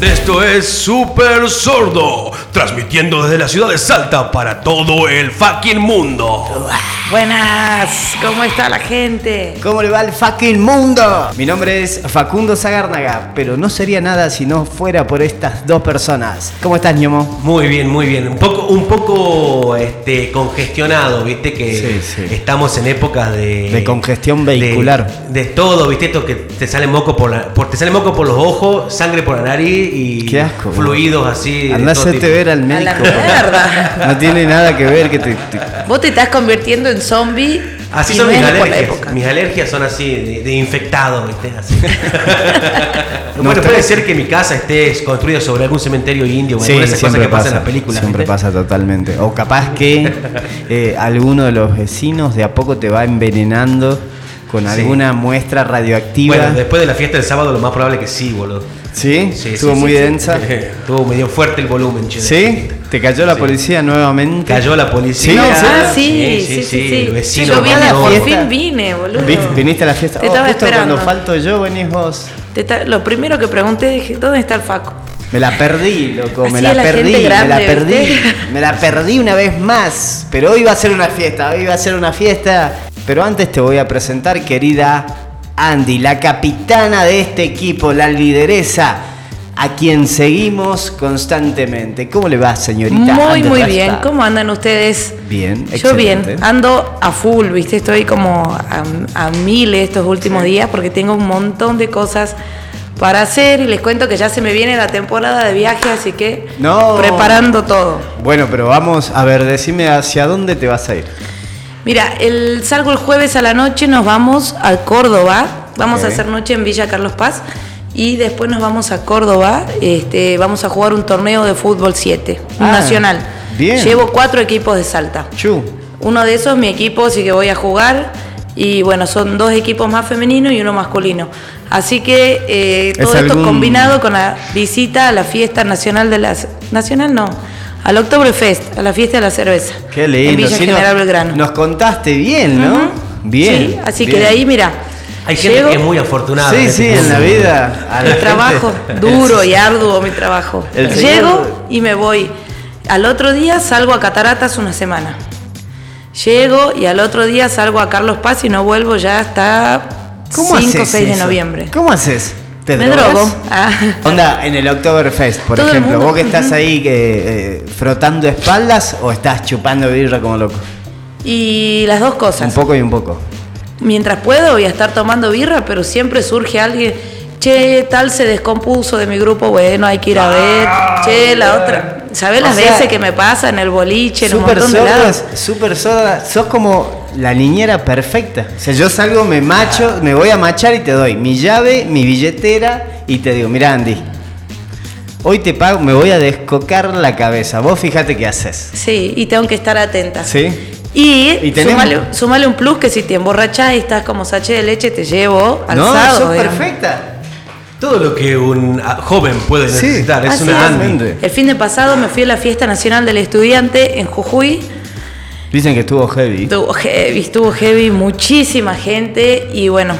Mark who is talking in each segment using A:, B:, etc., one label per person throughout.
A: Esto es Super Sordo, transmitiendo desde la ciudad de Salta para todo el fucking mundo.
B: Buenas, ¿cómo está la gente?
C: ¿Cómo le va al fucking mundo? Mi nombre es Facundo Zagárnaga, pero no sería nada si no fuera por estas dos personas. ¿Cómo estás, ñomo?
D: Muy bien, muy bien. Un poco, un poco este, congestionado, viste que
C: Sí, sí.
D: estamos en épocas de.
C: Eh, De congestión vehicular.
D: De, de todo, viste, esto que te sale moco por la, por, te sale moco por los ojos, sangre por la nariz y
C: Qué asco, boludo.
D: fluidos así. de
C: Andá a
D: todo
C: hacerte
D: tipo.
C: ver al
B: A la
C: médico.
B: mierda.
C: No tiene nada que ver que te. te-
B: Vos te estás convirtiendo en zombie.
C: Ah,
D: Así
B: y
D: son
B: no
D: mis
B: es por la
D: alergias.
B: época.
D: Mis alergias son así, de, de infectado, viste, así. bueno,
C: está-
D: puede ser que mi casa esté construida sobre algún cementerio indio, bueno, esas cosas que pasan en la película.
C: Siempre
D: ¿viste?
C: pasa totalmente. O capaz que eh, alguno de los vecinos de a poco te va envenenando con
D: Sí.
C: alguna muestra radioactiva.
D: Bueno, después de la fiesta del sábado, lo más probable que sí, boludo.
C: ¿Sí?
D: Sí,
C: Estuvo
D: sí,
C: muy
D: sí, sí.
C: densa.
D: Estuvo medio fuerte el volumen, che. de
C: ¿Sí?
D: chiquita.
C: ¿Te cayó la policía nuevamente?
D: Cayó la
C: Sí,
D: policía.
C: no,
B: Ah,
C: ¿sí?
B: sí, sí, sí. sí.
D: El vecino
B: Yo vine,
C: mandó.
B: por
C: Fiesta.
B: fin vine, boludo.
C: Viste, Viniste a la fiesta.
B: Te
C: Oh,
B: estaba
C: justo
B: esperando.
C: cuando falto yo venís vos.
B: Te está- Lo primero que pregunté dije, ¿dónde está el Facu?
C: Me la perdí, loco,
B: Así
C: me
B: es
C: la,
B: la gente
C: perdí, me la
B: grande,
C: perdí,
B: ¿viste?
C: me la perdí una vez más. Pero hoy va a ser una fiesta, hoy va a ser una fiesta. Pero antes te voy a presentar, querida Andy, la capitana de este equipo, la lideresa, a quien seguimos constantemente. ¿Cómo le va, señorita?
B: Muy,
C: Andy
B: muy
C: Rasta?
B: bien. ¿Cómo andan ustedes?
C: Bien,
B: Yo bien.
C: excelente.
B: Ando a full, ¿viste? Estoy como a, a mil estos últimos días porque tengo un montón de cosas para hacer y les cuento que ya se me viene la temporada de viaje, así que
C: No.
B: preparando todo.
C: Bueno, pero vamos, a ver, decime hacia dónde te vas a ir.
B: Mira, el, salgo el jueves a la noche, nos vamos a Córdoba, vamos
C: Ok.
B: a hacer noche en Villa Carlos Paz y después nos vamos a Córdoba, este, vamos a jugar un torneo de fútbol 7,
C: Ah,
B: nacional.
C: bien.
B: Llevo cuatro equipos de Salta.
C: Chu,
B: Uno de esos, mi equipo, sí que voy a jugar. Y bueno, son dos equipos más femeninos y uno masculino. Así que eh,
C: ¿Es
B: todo esto
C: algún-
B: combinado con la visita a la fiesta nacional de las. Nacional no, al Oktoberfest, a la fiesta de la cerveza.
C: qué lindo.
B: En Villa
C: sí,
B: General
C: nos,
B: Belgrano.
C: nos contaste bien, ¿no?
B: Ujú.
C: Bien.
B: Sí, así que
C: bien.
B: de ahí, mira.
D: Hay gente
B: llego,
D: que es muy afortunada.
C: Sí,
D: ¿eh?
C: sí, en la vida. a la
B: mi
C: gente-
B: trabajo, duro y arduo mi trabajo.
C: El señor-
B: Llego y me voy. Al otro día salgo a Cataratas una semana. Llego y al otro día salgo a Carlos Paz y no vuelvo ya hasta 5 o
C: haces
B: 6 de
C: eso?
B: noviembre.
C: ¿Cómo haces? ¿Te
B: Me
C: drogas?
B: drogo. Ah.
C: Onda, en el Oktoberfest, por
B: Todo el
C: ejemplo,
B: mundo,
C: vos que estás
B: ujú.
C: ahí que, eh, frotando espaldas o estás chupando birra como loco.
B: Y las dos
C: Un
B: cosas.
C: poco y un poco.
B: Mientras puedo voy a estar tomando birra, pero siempre surge alguien. Che, tal se descompuso de mi grupo, bueno, hay que ir a ver. Che, la otra. ¿Sabés
C: Ah, O
B: las
C: sea,
B: veces que me pasa en el boliche, en un
C: Super
B: montón de lados?
C: sordas, super sorda, sos como la niñera perfecta. O sea, yo salgo, me macho, me voy a machar y te doy mi llave, mi billetera y te digo, mira Andy, hoy te pago, me voy a descocar la cabeza. Vos fíjate qué haces.
B: Sí, y tengo que estar atenta.
C: ¿Sí?
B: Y,
C: Y tenemos-
B: sumale, sumale un plus que si te emborrachás y estás como sache de leche, te llevo al sábado.
C: sos
B: digamos.
C: perfecta.
D: Todo lo que un ah, joven puede
C: Sí.
D: necesitar. es
B: Así
D: una
B: es.
D: Andy.
B: Ah, El fin de pasado me fui a la fiesta nacional del estudiante en Jujuy.
C: Dicen que estuvo heavy.
B: Estuvo heavy, estuvo heavy, muchísima gente y bueno,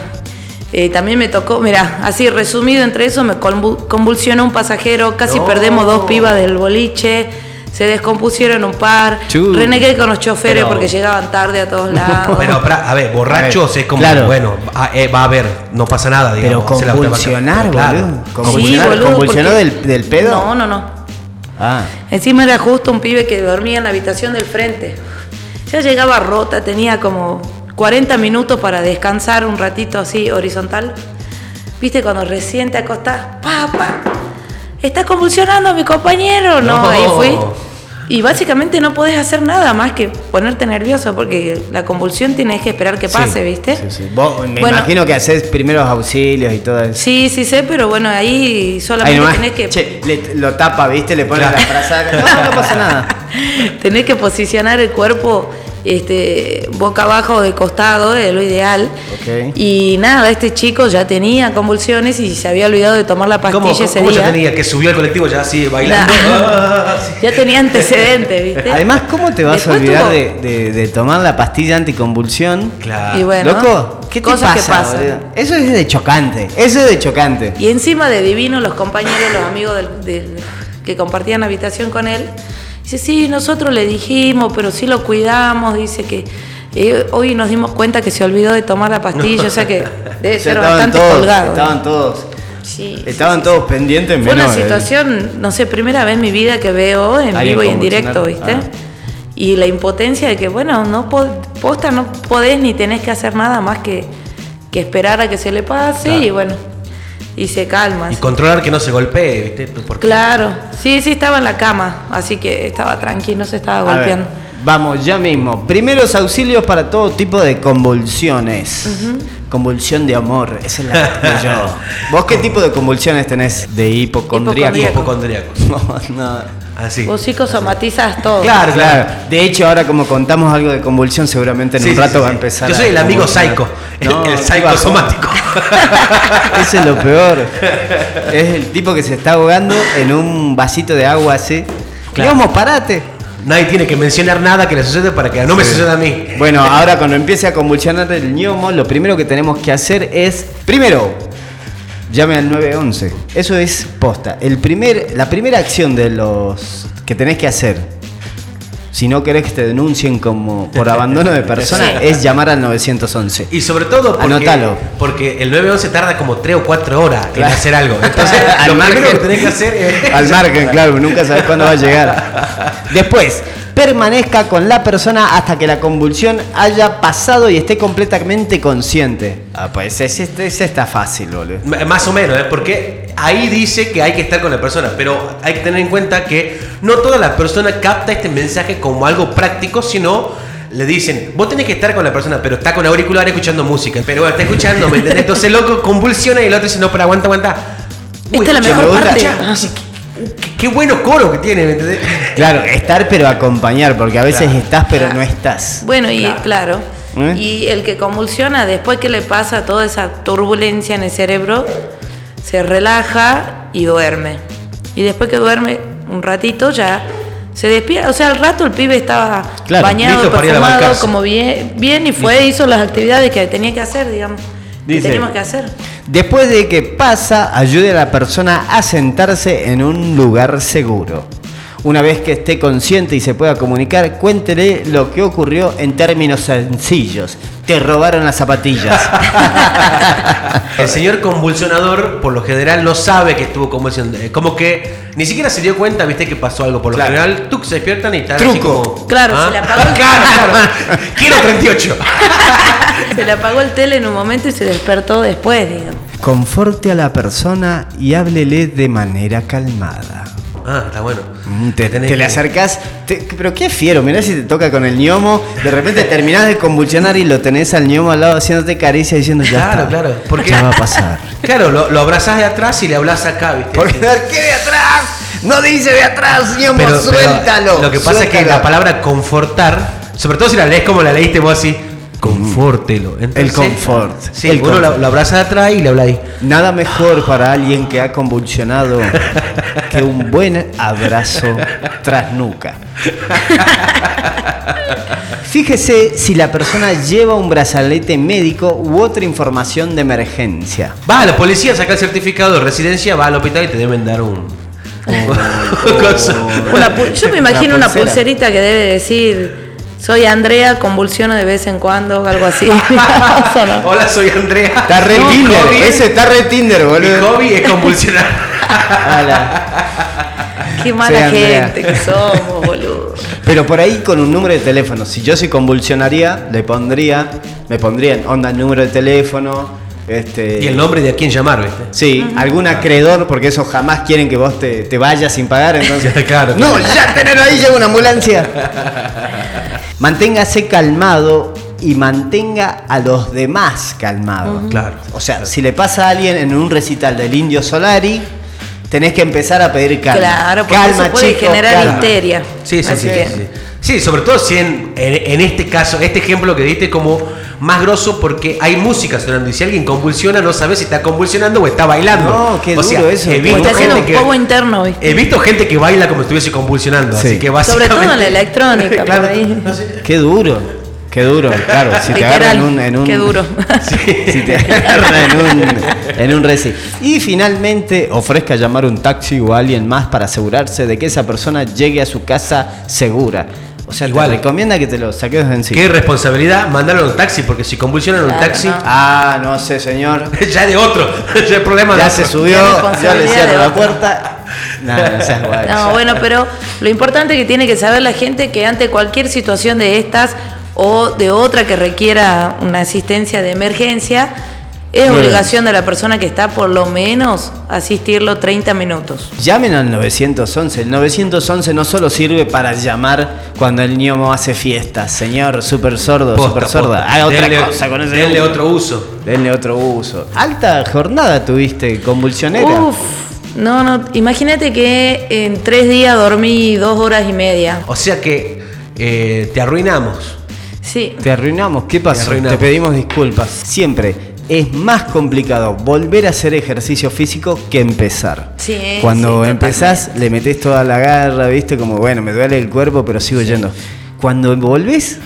B: eh, también me tocó, mira, así resumido entre eso, me convu- convulsionó un pasajero, casi
D: No.
B: perdemos dos pibas del boliche, se descompusieron un par,
C: Chu.
B: renegué con los choferes
D: Pero-
B: porque llegaban tarde a todos lados.
D: Pero, pra- a ver, borrachos
C: A ver,
D: es como,
C: claro.
D: bueno, a- eh, va a haber, no pasa nada, digamos.
C: Pero
D: hace la otra vaca.
C: convulsionar,
D: Claro.
C: boludo.
B: Sí,
C: Convulsionar,
B: boludo,
C: convulsionó
B: porque-
C: del, del pedo.
B: No, no, no.
C: Ah.
B: Encima era justo un pibe que dormía en la habitación del frente. Ya llegaba rota, tenía como 40 minutos para descansar un ratito así horizontal. Viste, cuando recién te acostás, papá, está convulsionando mi compañero. No,
D: No.
B: ahí fui. Y básicamente no podés hacer nada más que ponerte nervioso porque la convulsión tenés que esperar que pase, ¿viste?
C: Sí, sí. Vos, me
B: Bueno.
C: imagino que haces primeros auxilios y todo eso.
B: Sí, sí sé, pero bueno, ahí
C: Ahí
B: solamente
C: nomás,
B: tenés que
C: che, le- lo tapa, ¿viste? Le pones la frazada. No, no pasa nada.
B: Tenés que posicionar el cuerpo este, boca abajo o de costado, es lo ideal.
C: Ok.
B: Y nada, este chico ya tenía convulsiones y se había olvidado de tomar la pastilla
D: ¿Cómo, cómo,
B: ese
D: cómo
B: día.
D: ya tenía? Que subió al colectivo ya así bailando.
B: Nah.
D: Ah, sí.
B: Ya tenía antecedentes, ¿viste?
C: Además, ¿cómo te vas
B: Después
C: a olvidar
B: tuvo-
C: de, de- de tomar la pastilla anticonvulsión?
D: Claro.
B: Y bueno,
C: Loco, ¿qué te
B: cosas que
C: pasa?
B: pasan.
C: boludo? Eso es de chocante. Eso es de chocante.
B: Y encima de divino, los compañeros, los amigos del- del- que compartían habitación con él, dice, sí, nosotros le dijimos, pero sí lo cuidamos, dice que eh, hoy nos dimos cuenta que se olvidó de tomar la pastilla, o sea que debe
C: Ya
B: ser
C: estaban
B: bastante
C: todos,
B: colgado.
C: Estaban todos.
B: Sí, sí,
C: Estaban
B: sí,
C: todos pendientes,
B: Fue una
C: menos el-
B: situación, no sé, primera vez en mi vida que veo en
C: Alguien
B: vivo y en
C: convulsionar.
B: directo, ¿viste?
C: Ah.
B: Y la impotencia de que, bueno, no po- posta, no podés ni tenés que hacer nada más que, que esperar a que se le pase y bueno, y se calma.
D: Y
B: así.
D: controlar que no se golpee, ¿viste? Porque
B: Claro, sí, sí, estaba en la cama, así que estaba tranquilo, no se estaba
C: A ver,
B: golpeando.
C: vamos, ya mismo. Primeros auxilios para todo tipo de convulsiones. Convulsión de amor, esa es la que tengo yo. ¿Vos qué tipo de convulsiones tenés? De hipocondriaco.
D: hipocondríacos.
C: No, no.
D: Así.
B: Vos psicosomatizas
D: Oh,
B: todo.
C: Claro, claro. De hecho, ahora como contamos algo de convulsión, seguramente en
D: Sí,
C: un
D: sí,
C: rato
D: sí,
C: va a
D: sí.
C: empezar.
D: Yo
C: a
D: soy el amigo
C: convulsionar.
D: psycho, el,
C: No,
D: el
C: qué
D: psycho
C: bajón.
D: somático.
C: Eso es lo peor. Es el tipo que se está ahogando en un vasito de agua así.
D: Claro.
C: Vamos, parate.
D: Nadie tiene que mencionar nada que le sucede para que no me
C: Sí.
D: suceda a mí.
C: Bueno, ahora cuando empiece a convulsionar el ñomo, lo primero que tenemos que hacer es, primero, llame al 911. Eso es posta. El primer, la primera acción de los que tenés que hacer, si no querés que te denuncien como por abandono de persona,
B: Sí.
C: es llamar al 911.
D: Y sobre todo porque,
C: Anótalo.
D: porque el 911 tarda como 3 o 4 horas en
C: Claro.
D: hacer algo. Entonces,
C: Al
D: lo
C: margen.
D: primero que tenés que hacer es.
C: Al margen, claro, nunca sabes cuándo va a llegar. Después, permanezca con la persona hasta que la convulsión haya pasado y esté completamente consciente. Ah, pues es, es- es- está fácil, boludo.
D: M- Más o menos, ¿eh? porque ahí dice que hay que estar con la persona, pero hay que tener en cuenta que no toda la persona capta este mensaje como algo práctico, sino le dicen, vos tenés que estar con la persona, pero está con auricular escuchando música, pero bueno, está escuchando, ¿me entendés? Entonces el loco convulsiona y el otro dice, no, pero aguanta, aguanta. Uy,
B: Esta es la
D: escucha,
B: mejor
C: me gusta.
B: parte.
D: escucha, Qué, qué bueno coro que tiene, ¿me entendés?
C: Claro, estar pero acompañar, porque a veces
D: Claro.
C: estás pero no
B: Claro.
C: estás.
B: Bueno, y claro.
C: ¿Eh?
B: Y el que convulsiona, después que le pasa toda esa turbulencia en el cerebro, se relaja y duerme. Y después que duerme un ratito ya se despierta. O sea, al rato el pibe estaba
C: Claro,
B: bañado,
D: listo para ir a
B: perfumado,
D: bancarse.
B: como bien, bien y fue, hizo las actividades que tenía que hacer, digamos. que
C: Dice-
B: teníamos que hacer.
C: Después de que pasa, ayude a la persona a sentarse en un lugar seguro. Una vez que esté consciente y se pueda comunicar, cuéntele lo que ocurrió en términos sencillos. Te robaron las zapatillas.
D: El señor convulsionador, por lo general, no sabe que estuvo convulsionando. Es Como que ni siquiera se dio cuenta, viste, que pasó algo. Por lo
C: Claro.
D: general, tú se despiertan y están
C: Truco.
D: Así como, ¿ah?
B: Claro, se le apagó el-
D: claro, claro. Quiero 38.
B: Se le apagó el tele en un momento y se despertó después, digamos.
C: Conforte a la persona y háblele de manera calmada.
D: Ah, está bueno.
C: Mm, Te,
D: Tenés
C: te le
D: que-
C: acercás, te- pero qué fiero, mirá si te toca con el ñomo, de repente terminás de convulsionar y lo tenés al ñomo al lado haciéndote caricia diciendo ya
D: Claro,
C: está,
D: claro, porque-
C: ya va a pasar.
D: Claro, lo, lo abrazás de atrás y le hablas acá, viste.
C: Porque ¿qué de atrás? No dice de atrás, ñomo,
D: Pero- pero
C: suéltalo.
D: lo que pasa es que la
C: suéltalo.
D: palabra confortar, sobre todo si la lees como la leíste vos así, confórtelo. Entonces,
C: Mm. El confort.
D: Sí,
C: El
D: uno lo,
C: confort.
D: lo abraza de atrás y le habla ahí.
C: Nada mejor para alguien que ha convulsionado que un buen abrazo tras nuca. Fíjese si la persona lleva un brazalete médico u otra información de emergencia.
D: Va a la policía, saca el certificado de residencia, va al hospital y te deben dar un. un coso.
B: Una pul- yo me imagino una,
C: pulsera.
B: pulserita que debe decir, soy Andrea, convulsiono de vez en cuando, algo así. Eso no.
D: Hola, soy Andrea.
C: Está re
D: Mi
C: Tinder,
D: hobby-
C: ese está re Tinder,
D: Mi
C: boludo.
D: hobby es convulsionar.
C: Ala.
B: Qué mala
C: Andrea.
B: gente que somos, boludo.
C: Pero por ahí con un número de teléfono. Si yo sí convulsionaría, le pondría, me pondría en onda el número de teléfono. Este,
D: Y el nombre de a quién llamar, ¿viste?
C: Sí, algún acreedor, porque esos jamás quieren que vos te, te vayas sin pagar, entonces.
D: Ya, claro,
C: No,
D: claro.
C: ya tener ahí llega una ambulancia. Manténgase calmado y mantenga a los demás calmados.
D: Claro.
C: O sea, si le pasa a alguien en un recital del Indio Solari, tenés que empezar a pedir calma.
B: Claro, porque
C: calma,
B: eso puede
C: chicos,
B: generar
C: calma.
B: histeria.
D: Sí, sí,
B: Así
D: sí,
B: que-
D: sí, sí. Sí, sobre todo si en, en- en este caso, este ejemplo que diste es como más grosso porque hay música sonando y si alguien convulsiona no sabes si está convulsionando o está bailando.
C: No, qué duro eso.
D: He
C: O
D: visto,
B: está haciendo
D: gente
B: un
D: que, eh,
B: poco interno, ¿viste?
D: he visto gente que baila como si estuviese convulsionando,
C: Sí.
D: así que
B: Sobre
D: básicamente...
B: todo en la electrónica,
D: Claro,
B: por ahí.
D: no sé.
C: Qué duro. Qué duro, claro. Si te
B: Literal,
C: agarran en un, en un-
B: qué duro.
C: Si te agarran en un, en un reci. Y finalmente ofrezca llamar un taxi o a alguien más para asegurarse de que esa persona llegue a su casa segura. O sea,
D: Igual.
C: te recomienda que te lo saques de encima.
D: Qué responsabilidad mandarlo en un taxi porque si convulsionan en un
B: Claro,
D: taxi...
B: no.
C: Ah, no sé, señor.
D: ya de otro, ya el problema de
C: Ya
D: otro.
C: se subió,
B: La responsabilidad
C: ya le cierro
B: de
C: la
B: otro.
C: puerta. No, no seas guay.
B: No, bueno, pero lo importante que tiene que saber la gente que ante cualquier situación de estas o de otra que requiera una asistencia de emergencia, es
C: Muy bien.
B: obligación de la persona que está por lo menos asistirlo 30 minutos.
C: Llamen al 911. El 911 no solo sirve para llamar cuando el ñomo hace fiestas, señor, super sordo,
D: Posta,
C: super sorda.
D: posta.
C: Haga otra
D: Denle-
C: cosa con ese
D: Denle
C: número.
D: otro uso.
C: Denle otro uso. Alta jornada tuviste, convulsionera.
B: Uf, no, no, imagínate que en tres días dormí dos horas y media.
D: O sea que eh, te arruinamos.
B: Sí,
C: Te arruinamos, ¿qué pasó? Te,
D: Te arruinamos.
C: pedimos disculpas. Siempre es más complicado volver a hacer ejercicio físico que empezar.
B: Sí, eh,
C: Cuando
B: sí,
C: empezás, le metes toda la garra, viste, como bueno, me duele el cuerpo, pero sigo yendo. Cuando volvés,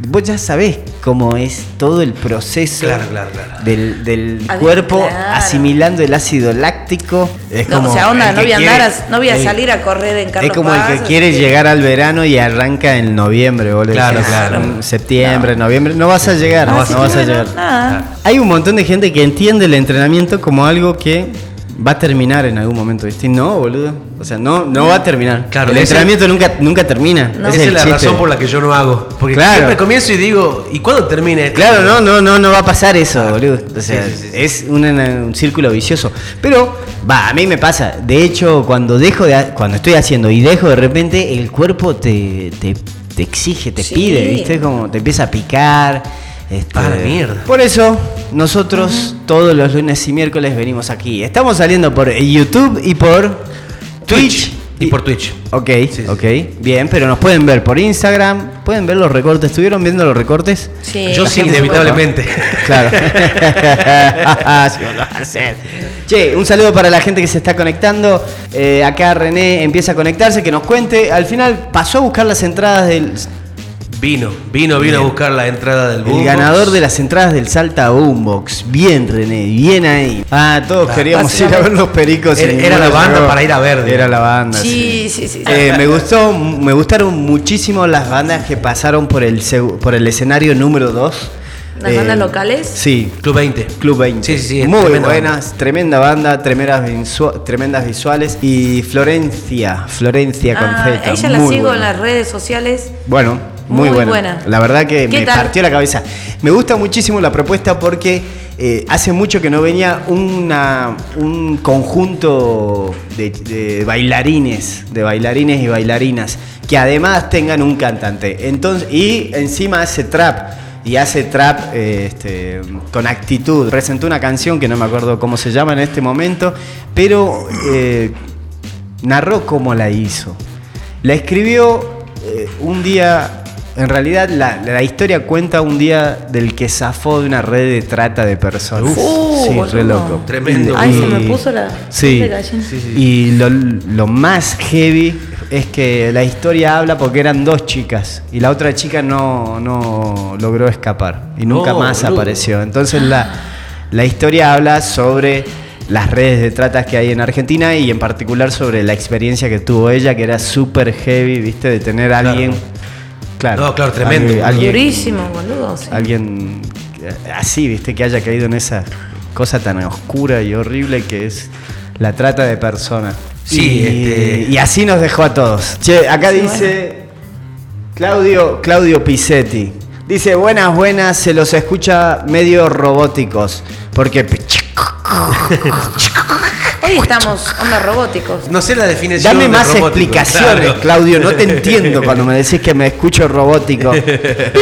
C: vos ya sabés cómo es todo el proceso
D: Claro, claro, claro.
C: del, del
B: Ah,
C: cuerpo
B: claro.
C: asimilando el ácido láctico. Es
B: no,
C: como
B: o sea, onda,
C: el
B: no
C: que
B: voy a andar,
C: quiere-
B: a- no voy a
C: el-
B: salir a correr en Carlos
C: es como el
B: Paz,
C: que
B: así
C: quiere llegar al verano y arranca en noviembre, boludo.
D: Claro,
C: Es
D: claro.
C: en Septiembre, noviembre. No vas a llegar, no,
B: Así
C: vas, no vas
B: que
C: a
B: bueno,
C: llegar.
B: Ah,
C: Ah.
B: nada.
C: Hay un montón de gente que entiende el entrenamiento como algo que va a terminar en algún momento, ¿viste? Y No, boludo. O sea, no, no va a terminar.
D: Claro,
C: el
D: ese-
C: entrenamiento nunca, nunca termina.
B: No.
C: Ese
D: Esa es
C: el
D: la
C: chiste.
D: razón por la que yo no hago. Porque
C: Claro.
D: siempre comienzo y digo, ¿y cuándo termina esto?
C: Claro, no, no, no, no va a pasar eso, boludo. O sea,
D: Sí, sí, sí, sí.
C: es un, un círculo vicioso. Pero, va, a mí me pasa. De hecho, cuando dejo de, ha- cuando estoy haciendo y dejo de repente, el cuerpo te, te, te exige, te
B: Sí.
C: pide, ¿viste? Como te empieza a picar. este-
D: Ah, la mierda.
C: Por eso, nosotros todos los lunes y miércoles venimos aquí. Estamos saliendo por YouTube y por Twitch.
D: Twitch. Y por Twitch.
C: Ok,
D: sí.
C: ok, bien, pero nos pueden ver por Instagram, pueden ver los recortes, ¿estuvieron viendo los recortes?
B: Sí,
D: yo sí,
B: por supuesto.
D: inevitablemente.
C: Claro. Sí, lo va a hacer. che, un saludo para la gente que se está conectando. Eh, acá René empieza a conectarse, que nos cuente. Al final pasó a buscar las entradas del.
D: Vino, vino, vino a buscar la entrada del
C: El
D: boombox.
C: ganador de las entradas del Salta Boombox. Bien, René, bien ahí. Ah, todos queríamos ir a ver los pericos. y
D: Era- era
C: ninguno
D: la banda
C: llegó.
D: para ir a Verde.
C: Era la banda.
B: Sí, sí, sí. sí.
C: Eh, me gustó, me gustaron muchísimo las bandas que pasaron por el segu- por el escenario número 2.
B: ¿Las bandas locales?
C: Sí,
D: Club 20.
C: Club 20.
D: Sí, sí, sí. es
C: Muy
D: tremenda
C: buenas,
D: banda.
C: tremenda banda, tremendas, visu- tremendas visuales. Y Florencia, Florencia con
B: Ah, a
C: Z.
B: ella la
C: muy
B: sigo en
C: buena.
B: las redes sociales.
C: Bueno, muy,
B: Muy
C: buena.
B: buena.
C: La verdad que
B: ¿Qué
C: me
B: tal?
C: partió la cabeza. Me gusta muchísimo la propuesta porque eh, hace mucho que no venía una- un conjunto de, de bailarines, de bailarines y bailarinas, que además tengan un cantante. Entonces, y encima hace trap. Y hace trap eh, este, con actitud. Presentó una canción que no me acuerdo cómo se llama en este momento, pero eh, narró cómo la hizo. La escribió eh, un día, en realidad la, la historia cuenta un día del que zafó de una red de trata de personas.
B: Uf. Uh,
C: sí,
B: boludo.
C: re loco.
D: Tremendo.
B: Ay, se me puso la-
C: Sí.
B: la gallina.
D: Sí, sí, sí.
C: Y lo, lo más heavy es que la historia habla porque eran dos chicas y la otra chica no, no logró escapar y nunca
D: No,
C: más
D: boludo.
C: apareció. Entonces la, la historia habla sobre las redes de tratas que hay en Argentina y en particular sobre la experiencia que tuvo ella, que era súper heavy, viste, de tener a
D: Claro.
C: alguien. Claro,
D: No, claro, tremendo.
C: Alguien, alguien,
B: Durísimo, boludo. sí.
C: alguien que- así, viste, que haya caído en esa cosa tan oscura y horrible que es la trata de personas.
D: Sí,
C: y,
D: este-
C: y así nos dejó a todos. Che, acá
B: Sí,
C: dice Claudio, Claudio Pisetti. Dice, buenas, buenas, se los escucha medio robóticos. Porque
B: Hoy estamos onda robóticos.
D: No sé la definición
C: Dame
D: de
C: más
D: robótico,
C: explicaciones,
D: claro.
C: Claudio. No te entiendo cuando me decís que me escucho robótico.
D: Ese,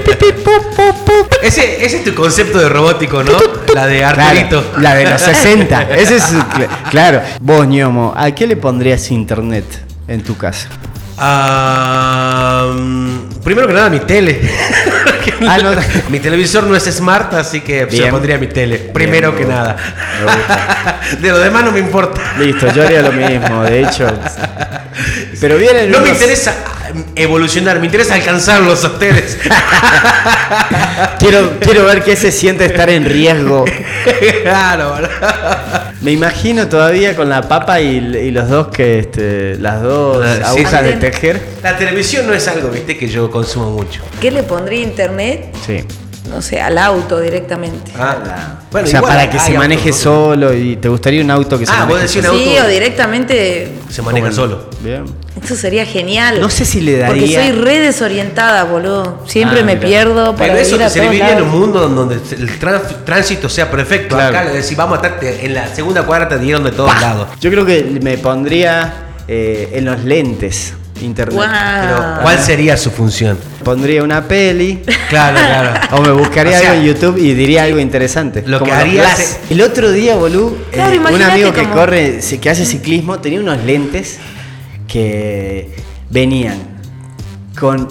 D: ese es tu concepto de robótico, ¿no? La de Arturito.
C: Claro, la de los 60. Ese es. cl- Claro. Vos, ñomo, ¿a qué le pondrías internet en tu casa?
D: Ah, mm, primero que nada, mi tele.
C: Ah, no.
D: mi televisor no es smart, así que se
C: Bien.
D: lo pondría a mi tele. Primero
C: me
D: que
C: gusta,
D: nada.
C: me gusta.
D: de lo demás no me importa.
C: Listo, yo haría lo mismo, de hecho. Pero vienen
D: No me
C: unos-
D: interesa eh, evolucionar, me interesa alcanzarlos a ustedes.
C: Quiero, quiero ver qué se siente estar en riesgo.
D: claro,
C: Me imagino todavía con la papa y, y los dos que este, las dos
D: Ah, sí,
C: agujas
B: sí.
C: de tejer.
D: La televisión no es algo, viste, que yo consumo mucho.
B: ¿Qué le pondría internet?
C: Sí.
B: No sé, al auto directamente.
D: Ah,
C: o sea,
D: igual
C: para que
D: hay
C: se
D: autos,
C: maneje
D: ¿no?
C: solo y te gustaría un auto que se
D: Ah, vos
C: maneje
D: decís un
C: solo.
B: sí,
D: auto-
B: o directamente.
D: Se maneja
C: Como el-
D: solo.
C: Bien.
B: Esto sería genial.
C: No sé si le
B: Porque
C: daría-
B: soy re desorientada, boludo. Siempre
C: Ah,
B: me
C: mira.
B: pierdo para
D: Pero eso
B: ir a
D: que se
B: todos
D: viviría en
B: lados.
D: un mundo donde el trans- tránsito sea perfecto.
C: Claro.
D: Acá, si vamos a estar te- en la segunda cuadra, te dieron de todos lados.
C: Yo creo que me pondría eh, en los lentes internet.
B: Guau.
D: Pero,
B: Ah.
D: ¿cuál sería su función?
C: Pondría una peli.
D: Claro, claro.
C: O me buscaría
D: O sea,
C: algo en YouTube y diría algo interesante.
D: lo
C: como
D: que
C: los
D: haría
C: Blas.
D: es-
C: El otro día, Bolú,
B: Claro,
C: eh, un
B: imagínate
C: amigo que
B: como-
C: corre, se- que hace ciclismo, tenía unos lentes que venían con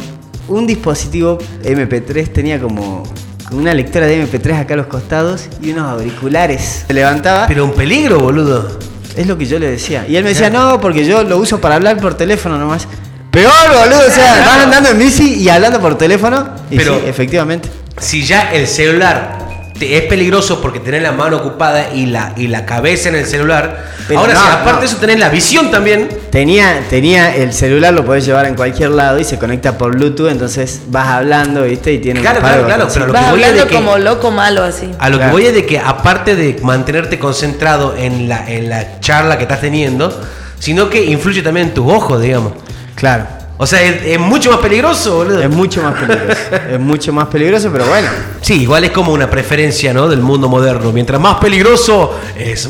C: un dispositivo MP3, tenía como una lectora de MP3 acá a los costados y unos auriculares. Se levantaba,
D: Pero un peligro, boludo.
C: es lo que yo le decía. Y él me decía, no, porque yo lo uso para hablar por teléfono nomás. Peor, boludo, o sea, van andando en bici y hablando por teléfono. Y
D: Pero-
C: sí, efectivamente.
D: Si ya el celular te- es peligroso porque tenés la mano ocupada y la, y la cabeza en el celular.
C: Pero
D: Ahora,
C: no,
D: si aparte
C: no.
D: de eso tenés la visión también.
C: Tenía, tenía el celular, lo podés llevar en cualquier lado y se conecta por Bluetooth, entonces vas hablando, ¿viste? Y tiene
D: Claro,
C: un par de
D: claro, claro,
C: botoncitos.
D: pero lo que
B: Vas
D: voy es de
B: hablando
D: que- Ah,
B: como loco malo así.
D: A lo
C: Claro.
D: que voy es de que aparte de mantenerte concentrado en la, en la charla que estás teniendo, sino que influye también en tus ojos, digamos.
C: Claro,
D: O sea, es, es mucho más peligroso, boludo.
C: es mucho más peligroso. es mucho más peligroso, pero bueno.
D: Sí, igual es como una preferencia, ¿no? Del mundo moderno. Mientras más peligroso, es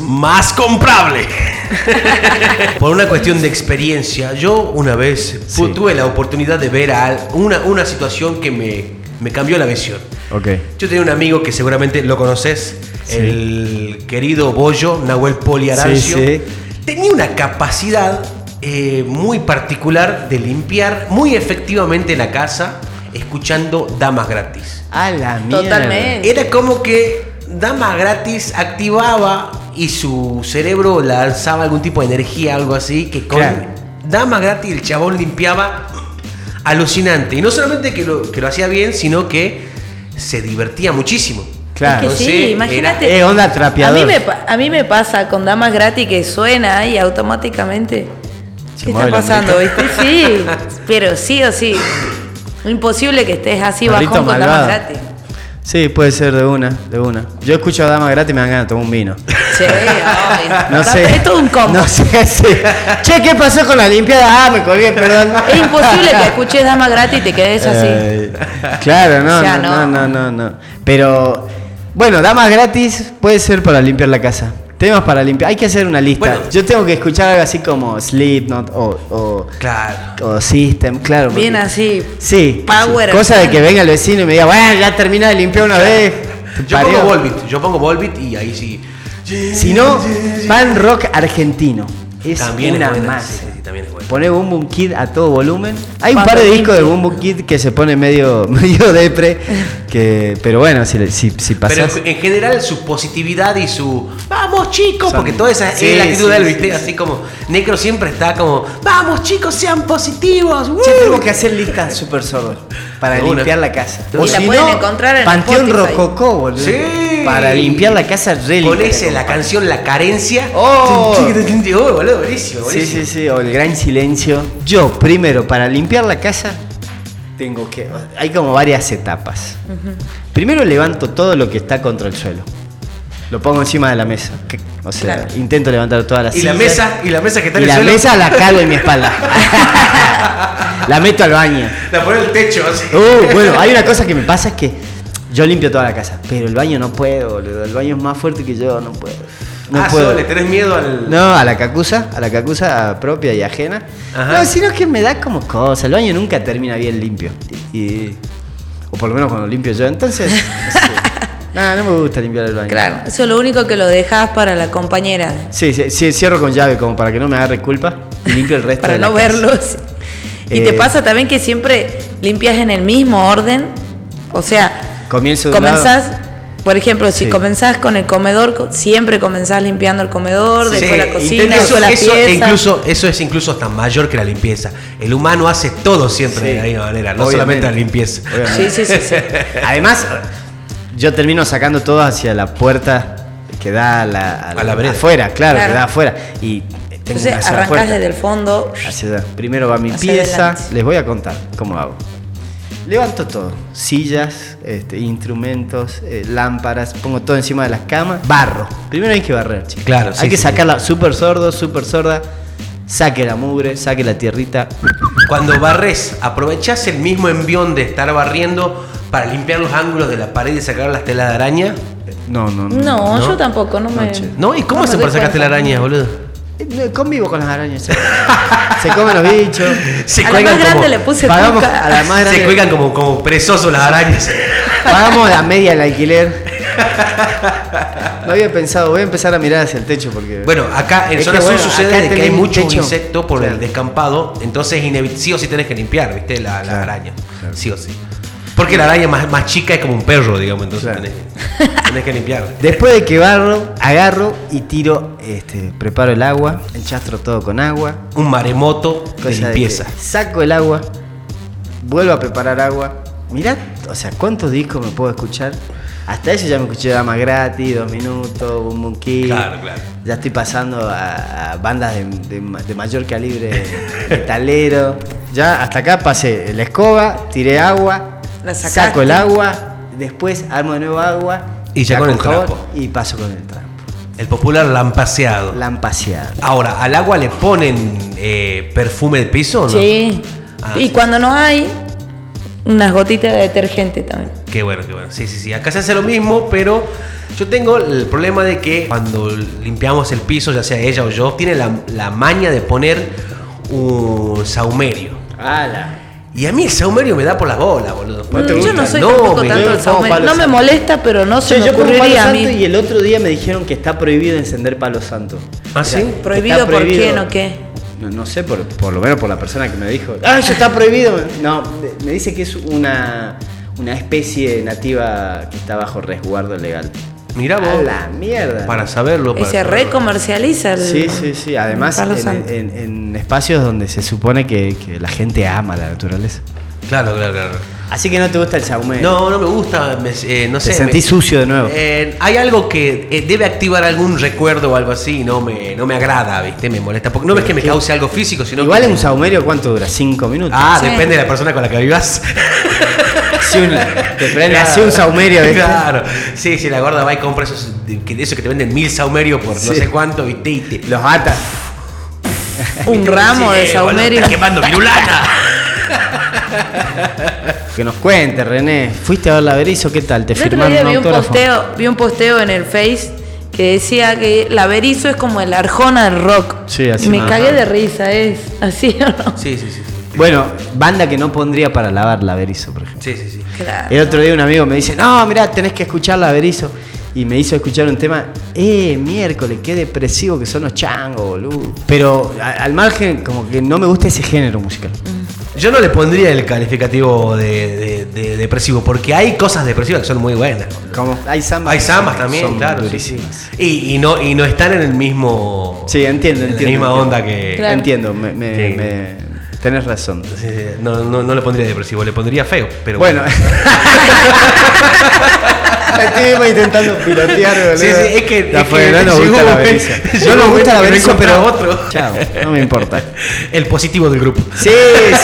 D: más comprable. Por una cuestión de experiencia, yo una vez pu-
C: Sí.
D: tuve la oportunidad de ver a al- una, una situación que me, me cambió la visión.
C: Ok.
D: Yo tenía un amigo que seguramente lo conoces,
C: Sí.
D: el querido Bollo, Nahuel Poli Arancio.
C: Sí, sí.
D: Tenía una capacidad eh, muy particular de limpiar muy efectivamente la casa escuchando damas gratis.
C: A la mierda.
B: Totalmente.
D: Era como que Dama Gratis activaba y su cerebro lanzaba algún tipo de energía, algo así, que con
C: Claro.
D: Dama Gratis el chabón limpiaba alucinante. Y no solamente que lo, que lo hacía bien, sino que se divertía muchísimo.
C: Claro.
B: es que sí,
D: Entonces,
B: imagínate.
C: era- Eh, onda trapeador.
B: A mí, me, pa- a mí me pasa con damas gratis que suena y automáticamente.
C: Se
B: ¿Qué
C: mueve
B: está
C: la
B: pasando, viste? Sí, pero sí o sí. Imposible que estés así
C: Perrito
B: bajón con
C: malvado.
B: damas gratis.
C: Sí, puede ser de una, de una. Yo escucho a Dama Gratis y me dan ganas de tomar un vino.
B: Sí, ay,
C: No
B: está-
C: sé.
B: Es todo un combo.
C: No sé, sí. Che, ¿qué pasó con la limpiada? Ah, me colgué, perdón.
B: Es imposible que escuches dama gratis y te quedes así.
C: Eh, claro, no,
B: O sea,
C: no, no,
B: no.
C: no, no, no. Pero, bueno, damas gratis puede ser para limpiar la casa. Temas para limpiar. Hay que hacer una lista.
D: Bueno.
C: Yo tengo que escuchar algo así como Slipknot o, o,
D: Claro.
C: o System, claro. porque-
B: Bien así.
C: Sí.
B: Power.
C: Cosa de que venga el vecino y me diga, bueno, ya termina de limpiar una vez. Te
D: Yo
C: parió.
D: pongo Volbit, yo pongo Volbit y ahí sí.
C: Si no, pan rock argentino. Es
D: También
C: una
D: es buena,
C: más.
D: sí, sí, también es buena.
C: Pone Boom Boom Kid a todo volumen. Hay un
B: Cuando
C: par de discos de
B: limpie.
C: Boom Boom Kid que se pone medio, medio depre. Que, pero bueno, si, le- si, si
D: Pero
C: pasás.
D: en en general su positividad y su vamos chicos,
C: Son-
D: porque toda esa
C: Sí,
D: es la actitud
C: sí,
D: de él,
C: sí,
D: ¿viste?
C: sí.
D: Así como Necro siempre está como vamos chicos, sean positivos.
C: Ya
D: ¡woo!".
C: tenemos que hacer listas super sordos para
D: De una.
C: limpiar la casa.
D: De
C: O
B: una. Y la
C: si
B: pueden
C: no,
B: encontrar en
C: Panteón
B: Spotify.
C: Rococó, boludo.
D: Sí.
C: Para limpiar la casa reliquia.
D: Ponese la canción La Carencia.
C: Oh.
D: Tin, tin, tin, tin. Oh, boludo, buenísimo,
C: Sí,
D: buenísimo.
C: sí, sí, o el gran silencio. Yo, primero, para limpiar la casa, tengo que. Hay como varias etapas. Primero levanto todo lo que está contra el suelo. Lo pongo encima de la mesa. Que- O sea,
B: Claro.
C: intento levantar todas las
D: Y la
C: sillas.
D: mesa, y la mesa que está
C: Y
D: en el
C: la
D: suelo,
C: mesa la cargo en mi espalda. la meto al baño.
D: la pone en el techo así.
C: Uh, bueno, hay una cosa que me pasa es que yo limpio toda la casa, pero el baño no puedo, boludo. El baño es más fuerte que yo, no puedo. No
D: ah,
C: puedo.
D: Sol, le tenés miedo al.
C: No, a la cacusa, a la cacusa propia y ajena.
D: Ajá.
C: No, sino que me da como cosa. El baño nunca termina bien limpio. Y, o por lo menos cuando limpio yo. Entonces, no sé. Nah, no me gusta limpiar el baño.
B: Claro. Eso es lo único que lo dejas para la compañera.
C: Sí, sí, sí, cierro con llave como para que no me agarre culpa y limpio el resto
B: Para
C: de la
B: no
C: casa.
B: verlos. Y te
C: Eh,
B: pasa también que siempre limpias en el mismo orden. O sea,
C: Comienzo de un
B: comenzás, por ejemplo, si
C: Sí.
B: comenzás con el comedor, co- siempre comenzás limpiando el comedor,
D: Sí,
B: después la
D: intenta-
B: cocina,
D: eso,
B: después la
D: eso-
B: pieza.
D: incluso, eso es incluso hasta mayor que la limpieza. El humano hace todo siempre
C: Sí.
D: de la misma manera, no
C: Obviamente.
D: solamente la limpieza.
C: Obviamente.
B: Sí, sí, sí, sí.
C: Además, yo termino sacando todo hacia la puerta que da a la,
D: A la vereda.
C: Afuera, claro,
B: Claro.
C: que da afuera. Y tengo
B: Entonces
C: una sola
B: arrancás
C: puerta.
B: desde el fondo.
C: Hacia allá. Primero va mi
B: Hacia
C: pieza.
B: adelante.
C: Les voy a contar cómo hago. Levanto todo. Sillas, este, instrumentos, eh, lámparas. Pongo todo encima de las camas. Barro. Primero hay que barrer, chicos.
D: Claro,
C: Hay
D: sí,
C: que
D: sí,
C: sacarla súper sordo, súper sorda. Saque la mugre, saque la tierrita.
D: Cuando barres, aprovechás el mismo envión de estar barriendo para limpiar los ángulos de la pared y sacar las telas de araña.
C: No, no, no.
B: No, yo tampoco, no me.
C: No, che.
D: ¿No? ¿Y cómo
B: me
D: hacen
B: doy
D: para sacarte la
B: cuenta.
D: araña, boludo?
C: Eh, Convivo con las arañas. Se, se comen los bichos.
D: Se
B: A la más grande le
D: como,
B: puse
C: Pagamos
B: cuca.
C: a la más grande.
D: se cuelgan como, como perezosos las arañas.
C: Pagamos la media del alquiler. No había pensado, voy a empezar a mirar hacia el techo porque.
D: Bueno, acá en
C: Es
D: zona
C: que,
D: sur
C: bueno, acá
D: sucede de que hay
C: tenés un
D: muchos
C: techo.
D: insectos por
C: Claro.
D: el descampado, entonces inevit- sí o sí tenés que limpiar, ¿viste? La, la
C: Claro,
D: araña. Sí o sí. Porque la araña más, más chica es como un perro, digamos, entonces
C: Claro.
D: tenés, tenés que limpiar.
C: Después de que barro, agarro y tiro, este, preparo el agua, enchastro todo con agua.
D: Un maremoto de
C: cosa de
D: limpieza.
C: que saco el agua, vuelvo a preparar agua. Mirá, o sea, ¿cuántos discos me puedo escuchar? Hasta eso ya me escuché Dama Gratis, Dos Minutos, Boom Boom Kid.
D: Claro, claro.
C: Ya estoy pasando a, a bandas de, de ma- de mayor calibre metalero. Ya hasta acá pasé la escoba, tiré agua,
B: La sacaste.
C: saco el agua, después armo de nuevo agua.
D: Y ya con el
C: jabón
D: trapo.
C: Y paso con el trapo.
D: El popular lampaseado.
C: Lampaseada.
D: Ahora, ¿al agua le ponen eh, perfume de piso o no?
B: Sí.
D: Ah,
B: y
D: sí.
B: cuando no hay, unas gotitas de detergente también.
D: Qué bueno, qué bueno. Sí, sí, sí. Acá se hace lo mismo, pero yo tengo el problema de que cuando limpiamos el piso, ya sea ella o yo, tiene la, la maña de poner un saumerio.
C: ¡Hala!
D: Y a mí el saumerio me da por las bolas, boludo.
C: ¿No te
B: Mm, yo
C: gusta?
B: no soy
D: No,
B: tampoco
D: me-
B: tanto
C: no,
B: el saumerio.
C: palo
B: No me
C: santo.
B: molesta, pero no se
C: Che,
B: me
C: yo como palo
B: ocurriría a
C: santo y
B: mí.
C: el otro día me dijeron que está prohibido encender palo santo.
D: ¿Ah, sí?
B: ¿Prohibido
C: Está
B: por
C: prohibido.
B: quién o qué?
C: No, no sé, por, por lo menos por la persona que me dijo. Ah, eso está prohibido. No, me- me dice que es una, una especie nativa que está bajo resguardo legal.
D: Mirá vos.
C: A la mierda.
D: Para saberlo.
B: Y
D: para
B: se
D: saberlo.
B: recomercializa el.
C: Sí, sí, sí. Además,
B: el palo
C: en,
B: santo.
C: en- en espacios donde se supone que, que la gente ama la naturaleza.
D: Claro, claro, claro.
C: Así que no te gusta el saumerio.
D: No, no me gusta, me- eh, no
C: Te
D: sé.
C: sentís
D: me-
C: sucio de nuevo.
D: Eh, hay algo que eh, debe activar algún recuerdo o algo así, no me, no me agrada, ¿viste? Me molesta. Porque no es que me cause algo físico, sino
C: Igual
D: que-
C: en un saumerio, ¿cuánto dura? ¿Cinco minutos?
D: Ah,
B: Sí.
D: depende de la persona con la que vivas.
C: Sí, una- te prende así un saumerio. ¿viste?
D: Claro. Sí, sí, la gorda va y compra esos, que- eso que te venden mil saumerios por no
C: Sí.
D: sé cuánto, ¿viste? Y te-
C: Los atas.
B: Un ramo de saumerio.
D: Eh, Está quemando virulana.
C: Que nos cuente, René. ¿Fuiste a ver la Berizo? ¿Qué tal? ¿Te
B: El otro día
C: firmaron un
B: vi un,
C: autógrafo?
B: posteo, vi un posteo en el Face que decía que la Berizo es como el arjona del rock.
C: Sí, así.
B: Me
C: Ajá.
B: cagué de risa, ¿es así o no?
D: Sí, sí, sí.
C: Bueno, banda que no pondría para lavar la Berizo, por ejemplo.
D: Sí, sí, sí.
B: Claro.
C: El otro día un amigo me dice, no, mirá, tenés que escuchar la Berizo. Y me hizo escuchar un tema, eh, miércoles, qué depresivo que son los changos, boludo. Pero a- al margen, como que no me gusta ese género musical.
D: Yo no le pondría el calificativo de, de- de depresivo, porque hay cosas depresivas que son muy buenas.
C: Como, hay zambas.
D: Hay
C: que
D: zambas
C: son-
D: también,
C: son
D: claro. sí,
C: durísimas.
D: sí. Y, y no, y no están en el mismo.
C: Sí, entiendo,
D: en
C: entiendo,
D: La misma
C: entiendo.
D: onda que.
B: Claro.
C: Entiendo, me, me-
D: Sí.
C: me- tenés razón.
D: Sí, sí, No, no, no le pondría depresivo, le pondría feo. Pero
C: Bueno. Estuvimos intentando pilotear, boludo.
D: Sí, sí, es que-
C: Ya
D: es
C: fue,
D: que
C: no nos
D: llegó
C: gusta
D: un
C: la
D: momento-
C: beriza.
D: llegó
C: No
D: un
C: nos gusta la
D: momento que no
C: beriza, pero.
D: encontraba otro.
C: Chao, no me importa.
D: el positivo del grupo.
C: Sí,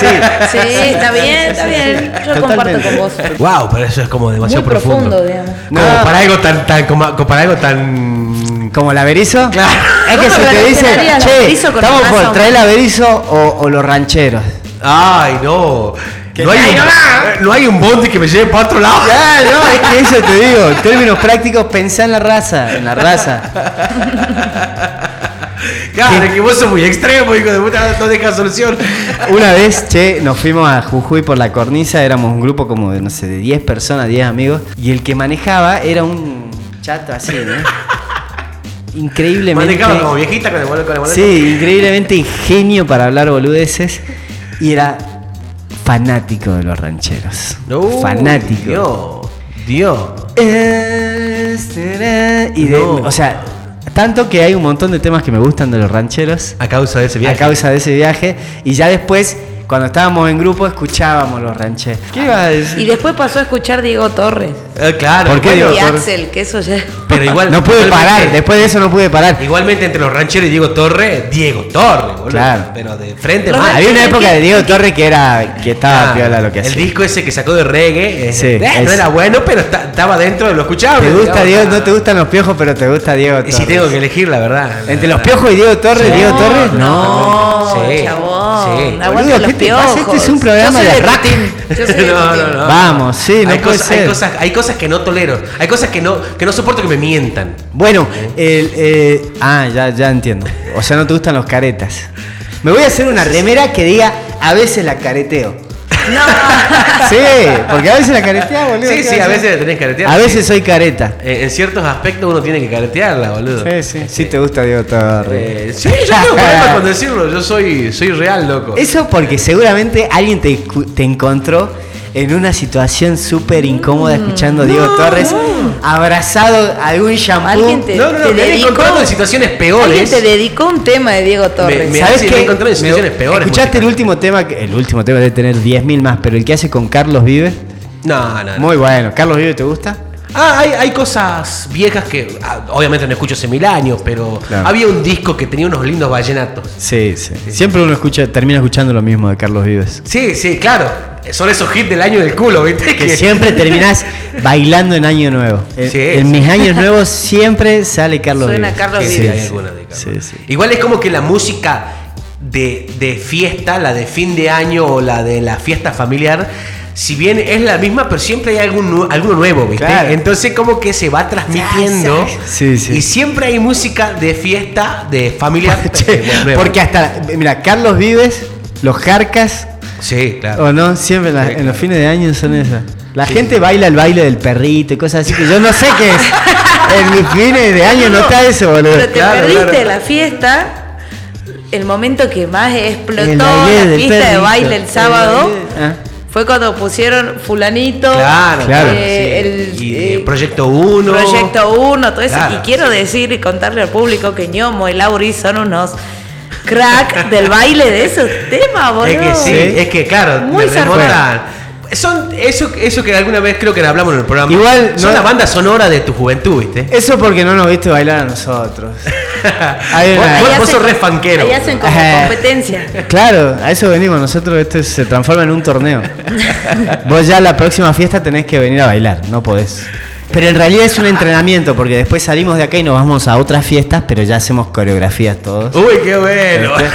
C: sí.
B: Sí, está bien, está bien. Yo comparto
C: Totalmente.
B: con vos.
D: Wow, pero eso es como demasiado
B: Muy profundo, digamos.
D: Como
C: No.
D: para algo tan, tan, como, como para algo tan.
C: ¿Como la berizo?
D: Claro.
C: Es que
B: ¿Cómo
C: se te dice,
B: relacionarías la
C: che,
B: Berizo con
C: estamos
B: el mazo?
C: por traer la berizo o, o los rancheros.
D: Ay, no. No hay, un, eh, no hay un bondi que me lleve para otro lado.
C: Ya, no, es que eso te digo. En términos prácticos, pensá en la raza, en la raza.
D: Claro, que vos sos muy extremo, hijo de puta, no dejas solución.
C: Una vez, che, nos fuimos a Jujuy por la cornisa, éramos un grupo como de, no sé, de 10 personas, 10 amigos, y el que manejaba era un chato así, ¿no? Increíblemente.
D: Manejaba como viejita con el bol- con el boleto.
C: Sí, increíblemente ingenio para hablar boludeces. Y era fanático de los rancheros.
D: Uh,
C: fanático.
D: Dios, Dios.
C: Este- Y de-
D: No.
C: O sea, tanto que hay un montón de temas que me gustan de los rancheros
D: A causa de ese viaje.
C: a causa de ese viaje. Y ya después, cuando estábamos en grupo, escuchábamos los rancheros. ¿Qué ibas a
B: Y
C: decir?
B: después pasó a escuchar Diego Torres.
D: Eh, claro.
C: ¿Por qué
D: bueno,
C: Diego
B: y
C: Torres?
B: Axel, que eso ya.
D: Pero igual.
C: No pude
D: igualmente-
C: parar, después de eso no pude parar.
D: Igualmente entre los rancheros y Diego Torre, Diego Torre, boludo.
C: Claro.
D: Pero de frente
B: Los
D: mal.
C: Ah, Había una época de Diego Torres que era que estaba
D: Ah,
C: piola lo que
D: El
C: hacía.
D: disco ese que sacó de reggae, eh,
C: Sí,
D: eh, no
C: es-
D: era bueno, pero esta- estaba dentro de lo escuchable.
C: Te gusta Diego,
D: digamos.
C: no te gustan los piojos, pero te gusta Diego
D: Y
C: Torres.
D: si tengo que elegir, la verdad.
C: Entre los piojos y Diego Torres,
D: Sí.
C: Diego Torres, no.
B: No,
D: Sí, sí.
B: chabón. Aguante
C: Boludo,
B: los
C: ¿qué te pasa?
B: piojos.
C: Este es un programa
B: Yo soy
C: de rock.
B: Putin. Yo soy de
D: No, no,
B: Putin.
D: no.
C: Vamos, sí, no
D: hay,
C: puede
D: cosas,
C: ser.
D: hay cosas, hay cosas que no tolero. Hay cosas que no, que no soporto que me mientan.
C: Bueno, el, eh, ah, ya, ya entiendo. O sea, no te gustan los caretas. Me voy a hacer una remera que diga, a veces la careteo. Sí, porque a veces la caretea, boludo.
D: Sí,
C: ¿qué
D: sí,
C: va
D: a
C: a
D: veces
C: hacer?
D: la tenés que caretear.
C: A
D: sí.
C: veces soy careta.
D: Eh, En ciertos aspectos uno tiene que caretearla, boludo.
C: Sí, sí. Sí te gusta Diego Torres.
D: Eh, sí, yo tengo problema con decirlo. Yo soy, soy real, loco.
C: Eso porque seguramente alguien te, escu- te encontró en una situación súper incómoda
D: Mm.
C: escuchando a Diego Torres, abrazado a algún shampoo.
B: Alguien te-
D: No, no, no, me han
B: dedicó-
D: encontrado en situaciones
B: Alguien
D: peores.
B: te dedicó un tema de Diego Torres.
D: me-
C: ¿Sabes
D: sí,
C: qué?
D: me encontré en situaciones
C: Me-
D: peores
C: ¿Escuchaste el
D: musicales.
C: último tema? que- El último tema debe tener 10.000 más, pero el que hace con Carlos Vive.
D: No, no, no.
C: Muy bueno. ¿Carlos Vive te gusta?
D: Ah, hay, hay cosas viejas que ah, obviamente no escucho hace mil años, pero
C: Claro.
D: había un disco que tenía unos lindos vallenatos.
C: Sí, sí. Siempre uno escucha, termina escuchando lo mismo de Carlos Vives.
D: Sí, sí, claro. Son esos hits del año del culo, ¿viste?
C: Que siempre terminás bailando en Año Nuevo. En,
D: Sí,
C: en
D: sí.
C: mis años nuevos siempre sale Carlos
B: Suena
C: Vives.
B: Carlos
D: Sí, sí,
C: Sí,
D: hay
C: sí.
D: alguna de Carlos.
C: Sí, sí.
D: Igual es como que la música de, de fiesta, la de fin de año o la de la fiesta familiar, si bien es la misma, pero siempre hay algún, nu- alguno nuevo, ¿viste?
C: Claro.
D: Entonces como que se va transmitiendo.
C: Sí, sí.
D: Y siempre hay música de fiesta, de familiar.
C: Che,
D: pero nueva.
C: porque hasta, mira, Carlos Vives, los jarcas,
D: Sí, claro.
C: o no, siempre en, la- en los fines de año son esas. La gente baila el baile del perrito y cosas así que yo no sé qué es. En mis fines de año no está eso, boludo.
B: Pero te
D: Claro,
B: perdiste
D: claro.
B: la fiesta, el momento que más
C: El
B: explotó
C: baile
B: la
C: del
B: pista de
C: perrito.
B: baile el sábado
C: Ah.
B: fue cuando pusieron fulanito,
D: Claro,
C: claro,
B: eh, el
D: sí. Y,
B: eh,
D: eh, proyecto 1.
B: Proyecto 1, todo eso.
D: Claro,
B: y quiero decir y contarle al público que ñomo y Lauri son unos crack del baile de esos temas, boludo.
D: Es que sí,
C: Sí.
D: es que claro,
B: Muy
D: me
B: zarpado.
D: remontan. Son eso, eso que alguna vez creo que hablamos en el programa.
C: Igual,
D: son
C: no-
D: las bandas sonoras de tu juventud, ¿viste?
C: Eso porque no nos viste bailar a nosotros. Hay
D: Vos-
C: una-
B: Ahí
D: vos
B: hacen-
D: sos re fanquero.
B: Ahí hacen como
C: Ajá.
B: competencia.
C: Claro, a eso venimos. Nosotros esto se transforma en un torneo. Vos ya la próxima fiesta tenés que venir a bailar, no podés. Pero en realidad es un entrenamiento porque después salimos de acá y nos vamos a otras fiestas, pero ya hacemos coreografías
B: Uh,
C: todos.
D: Uy, qué bueno.
C: ¿viste?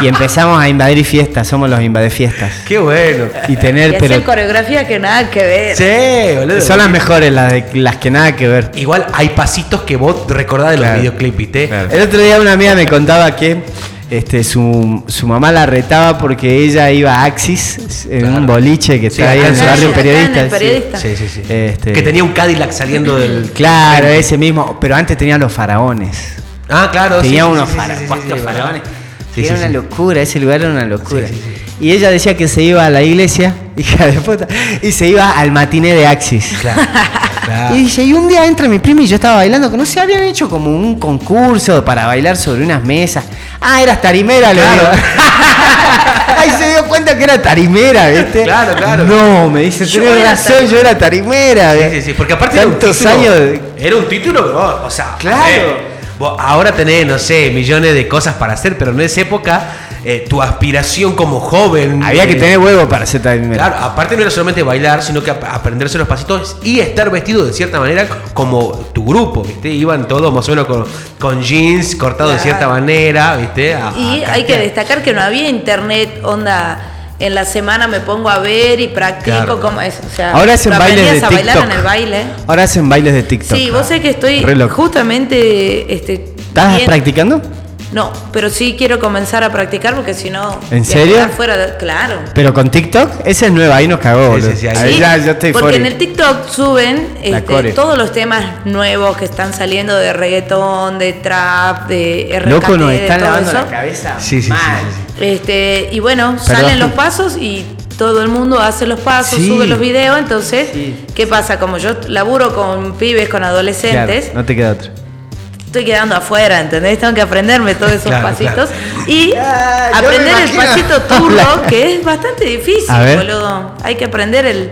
C: Y empezamos a invadir fiestas, somos los invade fiestas.
D: qué bueno.
C: Y
B: Y
C: tener,
B: hacen
C: pero
B: coreografías que nada que ver.
D: Sí, boludo.
C: son las mejores, las, de- las que nada que ver.
D: Eh, Igual hay pasitos que vos recordás de los
C: Claro.
D: videoclips, ¿viste? Eh,
C: El otro día una amiga me contaba que este, su, su mamá la retaba porque ella iba a Axis en un boliche que
D: Sí,
C: está ahí en
D: Axis.
C: su
B: Acá en
C: barrio
B: el
C: periodista. sí.
B: periodista.
D: Sí, sí, sí.
C: Este-
D: Que tenía un Cadillac saliendo del.
C: Claro, ese mismo, pero antes tenían los faraones.
D: Ah, claro.
C: Tenía unos
D: fara-
C: fara-
D: cuatro faraones. Sí,
C: era
D: sí,
C: una
D: sí.
C: locura, ese lugar era una locura.
D: Sí, sí,
C: Y ella decía que se iba a la iglesia, hija de puta, y se iba al matiné de Axis.
D: Claro, claro.
C: Y dice, y un día entra mi prima y yo estaba bailando, que no se habían hecho como un concurso para bailar sobre unas mesas. Ah, eras tarimera, le
D: Claro.
C: digo. Ay, se dio cuenta que era tarimera, ¿viste?
D: Claro, claro.
C: No, me dice,
B: Yo
C: tenés
B: era
C: razón,
B: tarimera".
C: yo era tarimera.
D: Sí,
C: ¿ves?
D: sí, sí, porque aparte
C: Tantos
D: era un título,
C: años de-
D: era un título, bro, o sea, eh,
C: Claro.
D: vos ahora tenés, no sé, millones de cosas para hacer, pero en esa época eh, tu aspiración como joven...
C: Había que
D: eh,
C: tener huevo para ser tarimera.
D: Claro, aparte no era solamente bailar, sino que ap- aprenderse los pasitos y estar vestido de cierta manera como tu grupo, ¿viste? Iban todos más o menos con, con jeans cortados de
B: Claro.
D: cierta manera, ¿viste? A-
B: Y
D: a
B: hay que
D: cantear.
B: destacar que no había internet, onda. En la semana me pongo a ver y practico
D: Claro.
B: como eso. O sea,
C: Ahora hacen
B: lo
C: bailes de
B: aprendías a bailar en
C: TikTok.
B: el baile.
C: Ahora hacen bailes de TikTok. ah.
B: Sí, vos sé que estoy
C: Re loco.
B: justamente. Este,
C: ¿Estás
B: bien-
C: practicando?
B: No, pero sí quiero comenzar a practicar porque si no.
C: ¿En
B: voy a
C: serio?
B: quedar Fuera de- claro.
C: Pero con TikTok, esa es nueva, ahí nos cagó,
D: Sí, sí,
C: boludo.
D: sí, ahí-
C: ahí
B: Sí,
C: ya, yo estoy
B: porque
C: fuera.
B: en el TikTok suben
C: La
B: este,
C: core.
B: todos los temas nuevos que están saliendo de reggaetón, de trap, de RKT,
C: Loco, nos
B: de
C: están
B: todo
C: lavando
B: eso.
C: la cabeza.
D: Sí, sí, sí,
C: mal.
D: sí, sí.
B: Este, y bueno, salen los pasos y todo el mundo hace los pasos,
C: Sí.
B: sube los videos, entonces,
C: Sí.
B: ¿qué pasa? Como yo laburo con pibes, con
C: Claro,
B: adolescentes,
C: no te queda otra.
B: estoy quedando afuera, ¿entendés? Tengo que aprenderme todos esos
D: Claro,
B: pasitos. Y
C: Ah, yo me
B: aprender el
C: imagino.
B: pasito turro, que es bastante difícil,
C: A ver.
B: boludo. Hay que aprender el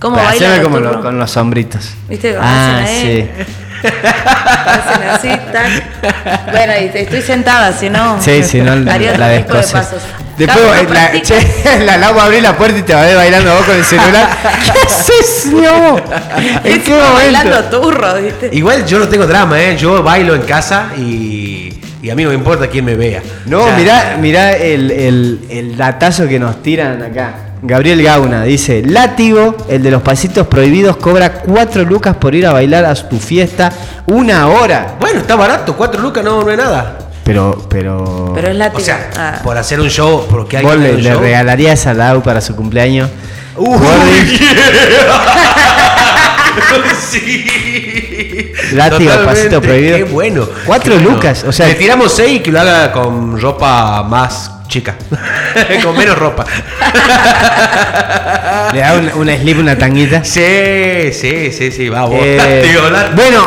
B: cómo
C: Pero
B: bailar
C: haceme
B: los
C: como
B: turros.
C: lo- con los sombritos.
B: ¿Viste?
C: Ah,
B: Hacen eh?
C: sí.
B: ahí. Hacen así, tac. Bueno, y estoy sentada, si no.
C: Sí, sí, no la
B: haría otro tipo de
C: descoces.
B: pasos.
C: Después
B: Capaz no
C: eh, la,
B: practico.
C: che, la Lau va a abrir la puerta y te va a ver bailando vos con el celular. ¿Qué haces, no? ¿En qué
B: Encima Bailando
C: momento?
B: turro, ¿viste?
D: Igual yo no tengo drama, ¿eh? Yo bailo en casa y, y a mí no me importa quién me vea.
C: No,
D: O sea,
C: mirá, mirá el, el, el datazo que nos tiran acá. Gabriel Gauna dice, látigo, el de los pasitos prohibidos, cobra cuatro lucas por ir a bailar a tu fiesta una hora.
D: Bueno, está barato, cuatro lucas no, no es nada.
C: Pero, pero...
B: Pero es
D: O
B: látigo.
D: sea,
B: Ah.
D: por hacer un show, porque hay
C: ¿Vos
D: que hacer
C: le,
D: un
C: le
D: show.
C: regalarías a Lau para su cumpleaños?
D: Uy,
C: Gordi,
D: sí.
C: Látigo,
D: Totalmente,
C: pasito prohibido.
D: Qué bueno.
C: Cuatro
D: Qué bueno.
C: lucas, o sea-
D: Le tiramos seis y que lo haga con ropa más chica. con menos ropa.
C: le da un- una slip, una tanguita.
D: Sí, sí, sí, sí, vamos.
C: Eh,
D: Látigo, látigo.
C: bueno,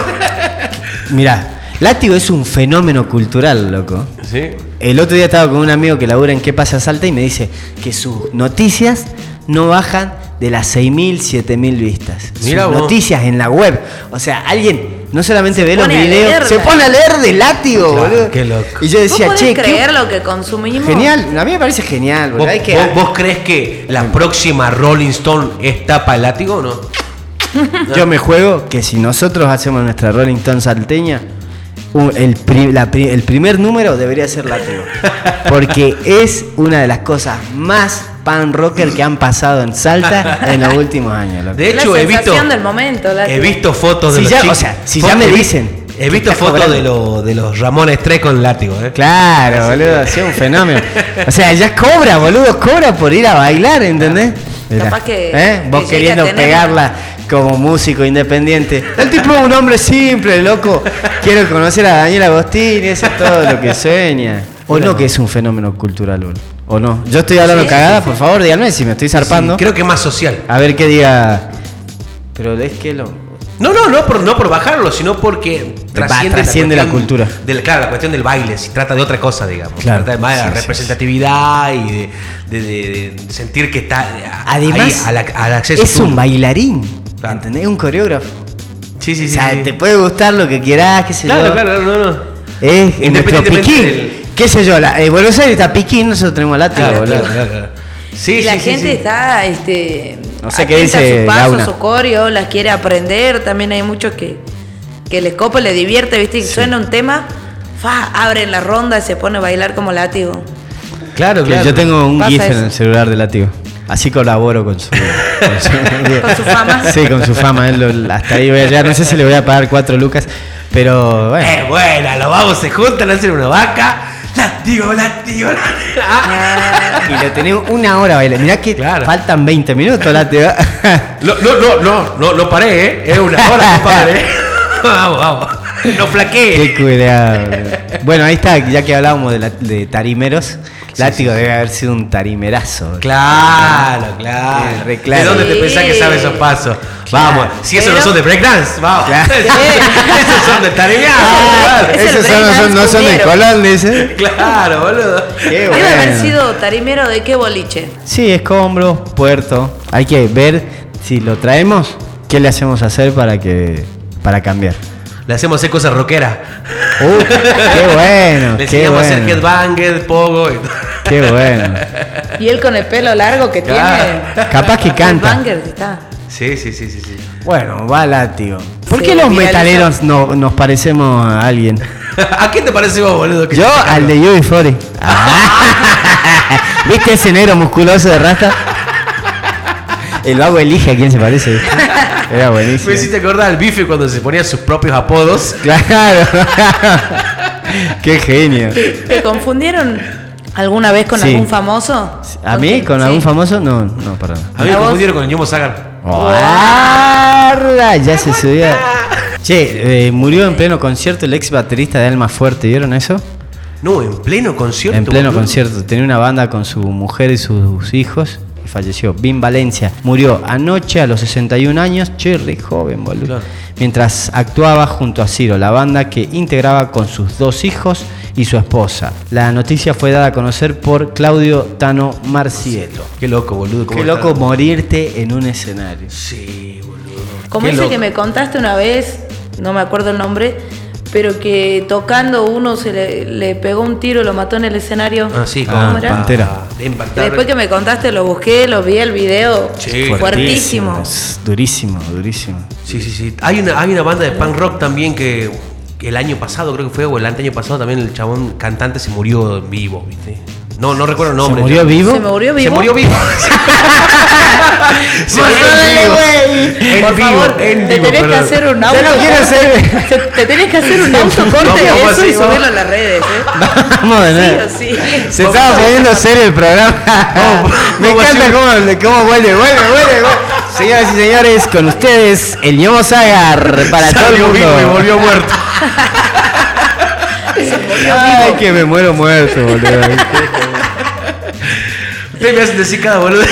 C: mirá, látigo es un fenómeno cultural, loco.
D: Sí.
C: El otro día estaba con un amigo que labura en Qué pasa Salta y me dice que sus noticias no bajan de las 6.000, 7.000 vistas. Sus
D: Mirá vos.
C: noticias en la web. O sea, alguien no solamente ve los
B: pone a
C: videos,
B: leerla.
C: se pone a leer de látigo,
D: Claro,
C: boludo.
D: qué loco.
C: Y yo
B: ¿Vos
C: decía,
B: podés
C: che, qué
B: creer lo que consumimos?
C: genial. A mí me parece genial, boludo.
D: ¿Vos,
C: Hay que-
D: vos- vos crees que la próxima Rolling Stone es tapa el látigo o no?
C: Yo me juego que si nosotros hacemos nuestra Rolling Stone salteña, un- el, pri- la pri- el primer número debería ser látigo. Porque es una de las cosas más pan rocker que han pasado en Salta en los últimos años. loco.
D: De
B: La
D: hecho, he visto,
B: sensación del momento, látigo.
D: he visto fotos de
C: Si
D: los
C: ya-
D: chicos-
C: o sea, si ya me
D: he vi-
C: dicen
D: He visto
C: que está
D: fotos de,
C: cobrando.
D: los- de los Ramones 3 con látigo, ¿eh?
C: Claro, boludo, ha sido un fenómeno. O sea, ya cobra, boludo, cobra por ir a bailar, ¿entendés? Mirá,
B: Capaz que-
C: ¿eh?
B: que
C: Vos
B: llegue
C: queriendo
B: a tener-
C: pegarla como músico independiente. El tipo es un hombre simple, loco. Quiero conocer a Daniel Agostini, eso es todo lo que sueña. O no que es un fenómeno cultural, boludo. O no. Yo estoy hablando
B: Sí,
C: cagada, por favor, díganme si me estoy zarpando.
D: Creo que es más social.
C: A ver qué diga. Pero es que lo.
D: No, no, no por, no por bajarlo, sino porque
C: trasciende la
D: cuestión
C: cultura.
D: Del, claro, la cuestión del baile, si trata de otra cosa, digamos.
C: Claro,
D: Trata de más de
C: sí,
D: la
C: sí,
D: representatividad y de, de- de- de sentir que está a-
C: Además,
D: ahí, al, ac- al acceso.
C: es
D: tuyo.
C: un bailarín.
D: Claro.
C: ¿Entendés? Es un coreógrafo.
D: Sí, sí,
C: O
D: sí.
C: sea,
D: sí.
C: te puede gustar lo que quieras, qué sé yo.
D: Claro, claro, no, no.
C: Es en nuestro
D: Independientemente
C: Piquín.
D: del-
C: ¿Qué sé yo? La, eh, Buenos Aires está Piquín, nosotros tenemos látigo,
D: Claro,
C: boludo.
D: claro, claro, claro. Sí,
B: y la
D: sí, sí,
B: gente
D: sí.
B: está, este,
C: No sé qué
B: atenta a
C: dice
B: sus pasos,
C: Gauna.
B: su coreo, las quiere aprender. También hay muchos que, que les copa, les divierte, viste, y suena un tema, fa, abren la ronda y se pone a bailar como látigo.
D: Claro,
C: Que
D: claro.
C: Yo tengo un
B: Pasa
C: GIF en
B: eso.
C: el celular de látigo. Así colaboro con su, con su,
B: Con su fama.
C: Sí, con su fama. él lo- hasta ahí voy a llegar. No sé si le voy a pagar cuatro lucas, pero bueno.
D: Eh, bueno, los vagos se juntan, hacen una vaca. Látigo, látigo, látigo.
B: Ah,
C: Y lo tenemos una hora bailando. Mirá que
D: Claro.
C: faltan 20 minutos, látigo.
D: No, no, no, no, no, no paré, ¿eh? Es una hora, compadre. vamos, vamos. No flaqueé.
C: Qué cuidado. Bueno, ahí está, ya que hablábamos de, la- de tarimeros, látigo debe haber sido un tarimerazo. boludo.
D: Claro, claro.
C: Sí, re claro.
D: ¿De dónde te
B: Sí.
D: pensás que sabe esos pasos?
C: Claro.
D: Vamos, si esos
B: Pero-
D: no son de breakdance, vamos.
C: Claro.
D: esos son de tareas.
C: Ah,
B: Es el
C: esos son, no
B: breakdance
C: son, no son de
B: cumbiero.
C: Colón, dice.
D: Claro, boludo.
C: Qué
B: Debe haber
C: bueno.
B: sido tarimero de qué boliche.
C: Sí, escombros, puerto. Hay que ver si lo traemos, qué le hacemos hacer para que para cambiar.
D: Le hacemos hacer cosas rockeras.
C: Uh, qué bueno,
D: Le
C: qué
D: enseñamos a hacer
C: bueno.
D: headbanger, pogo. y-
C: Qué bueno.
B: Y él con el pelo largo que
D: Claro.
B: tiene.
C: Capaz que canta.
B: Banger está.
D: Sí, sí, sí, sí. sí.
C: Bueno, va látigo. ¿Por
B: Sí,
C: qué los
B: viraliza.
C: metaleros no, nos parecemos a alguien?
D: ¿A quién te parece vos, boludo? que
C: Yo
D: te-
C: al de Yuri Fori. ¿Viste ese negro musculoso de rasta? El vago elige a quién se parece. Era buenísimo.
D: Me hiciste acordar al bife cuando se ponía sus propios apodos.
C: Claro. Qué genio.
B: ¿Te confundieron alguna vez con
C: Sí.
B: algún famoso?
C: ¿A mí?
B: quién?
C: ¿Con algún
B: Sí.
C: famoso? No, no, perdón.
B: ¿A
D: A mí me
B: vos?
D: confundieron con el Yomo Sagan.
C: ¡Guarda! Ya se subía. Che, eh, murió en pleno concierto el ex baterista de Alma Fuerte, ¿vieron eso?
D: No, en pleno concierto.
C: En pleno
D: boludo.
C: concierto. Tenía una banda con su mujer y sus hijos. que falleció. Vin Valencia murió anoche a los 61 años. Che, re joven, boludo.
D: Claro.
C: Mientras actuaba junto a Ciro, la banda que integraba con sus dos hijos y su esposa. La noticia fue dada a conocer por Claudio Tano Marcielo.
D: Qué loco, boludo. cómo
C: Qué
D: está.
C: loco morirte en un escenario.
D: Sí, boludo.
B: Como
D: Qué
B: ese
D: loco.
B: que me contaste una vez, no me acuerdo el nombre, pero que tocando uno se le, le pegó un tiro y lo mató en el escenario.
D: Ah, sí,
C: Ah,
B: ¿Cómo era?
C: Pantera.
D: De impactar.
B: Después que me contaste, lo busqué, lo vi el video.
D: Sí.
B: fuertísimo.
C: Es Durísimo, durísimo.
D: Sí, sí, sí. Hay una, hay una banda de punk rock también que, que el año pasado, creo que fue, o el año pasado también el chabón cantante se murió en vivo, ¿viste? No, no recuerdo el
C: ¿Se
D: nombre.
C: murió vivo?
B: Se murió vivo.
D: Se murió vivo. se murió en vivo. En
B: Por
D: vivo,
B: favor,
D: en
B: te
D: vivo,
B: tenés que
D: perdón.
B: hacer un
C: Yo
B: auto.
C: no quiero ser-
B: Te, te tenés que hacer un autocorte
D: Vamos,
B: de
D: vamos
B: eso
D: así,
B: y
D: vamos.
B: subirlo a las redes, ¿eh?
C: Vamos de nuevo.
B: Sí o sí.
C: Se estaba poniendo serio el programa. Me
D: vamos a
C: encanta
D: hacer-
C: cómo, cómo vuelve, vuelve, vuelve, vuelve. Señoras y señores, con ustedes el Ñomo Zagar para todo el
D: Salió
C: mundo.
D: vivo y volvió muerto.
C: Ay, que me muero muerto, boludo.
D: Ustedes me hacen decir cada boludo.